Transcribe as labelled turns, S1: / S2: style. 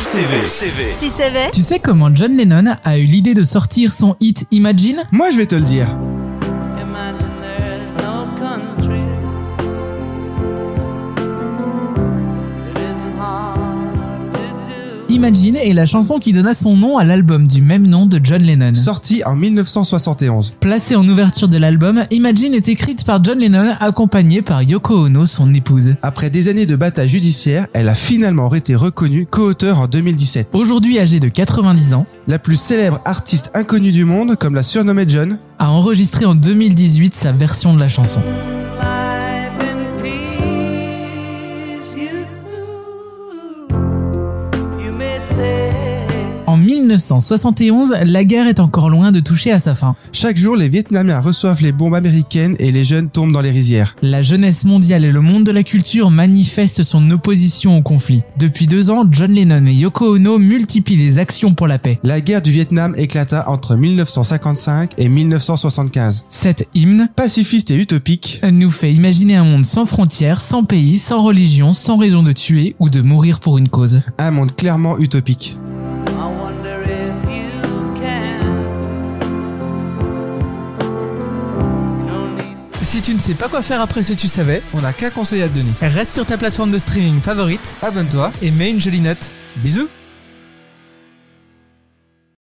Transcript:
S1: RCV.
S2: Tu savais
S3: Tu sais comment John Lennon a eu l'idée de sortir son hit Imagine
S4: Moi, je vais te le dire.
S5: Imagine there's no countries. It isn't hard to do.
S3: Imagine est la chanson qui donna son nom à l'album du même nom de John Lennon.
S4: Sorti en 1971.
S3: Placée en ouverture de l'album, Imagine est écrite par John Lennon accompagnée par Yoko Ono, son épouse.
S4: Après des années de bataille judiciaire, elle a finalement été reconnue co-auteur en 2017.
S3: Aujourd'hui âgée de 90 ans,
S4: La plus célèbre artiste inconnue du monde, comme l'a surnommée John,
S3: a enregistré en 2018 sa version de la chanson.
S5: Life in peace, you. You may say.
S3: En 1971, la guerre est encore loin de toucher à sa fin.
S4: chaque jour les Vietnamiens reçoivent les bombes américaines et les jeunes tombent dans les rizières.
S3: La jeunesse mondiale et le monde de la culture manifestent son opposition au conflit. Depuis deux ans, John Lennon et Yoko Ono multiplient les actions pour la paix.
S4: La guerre du Vietnam éclata entre 1955 et 1975.
S3: Cet hymne
S4: Pacifiste et utopique,
S3: nous fait imaginer un monde sans frontières, sans pays, sans religion, sans raison de tuer ou de mourir pour une cause.
S4: un monde clairement utopique.
S5: I wonder if you can. No need
S3: Si tu ne sais pas quoi faire après ce tu savais,
S4: On n'a qu'un conseil à te donner.
S3: reste sur ta plateforme de streaming favorite
S4: Abonne-toi,
S3: et mets une jolie note.
S4: bisous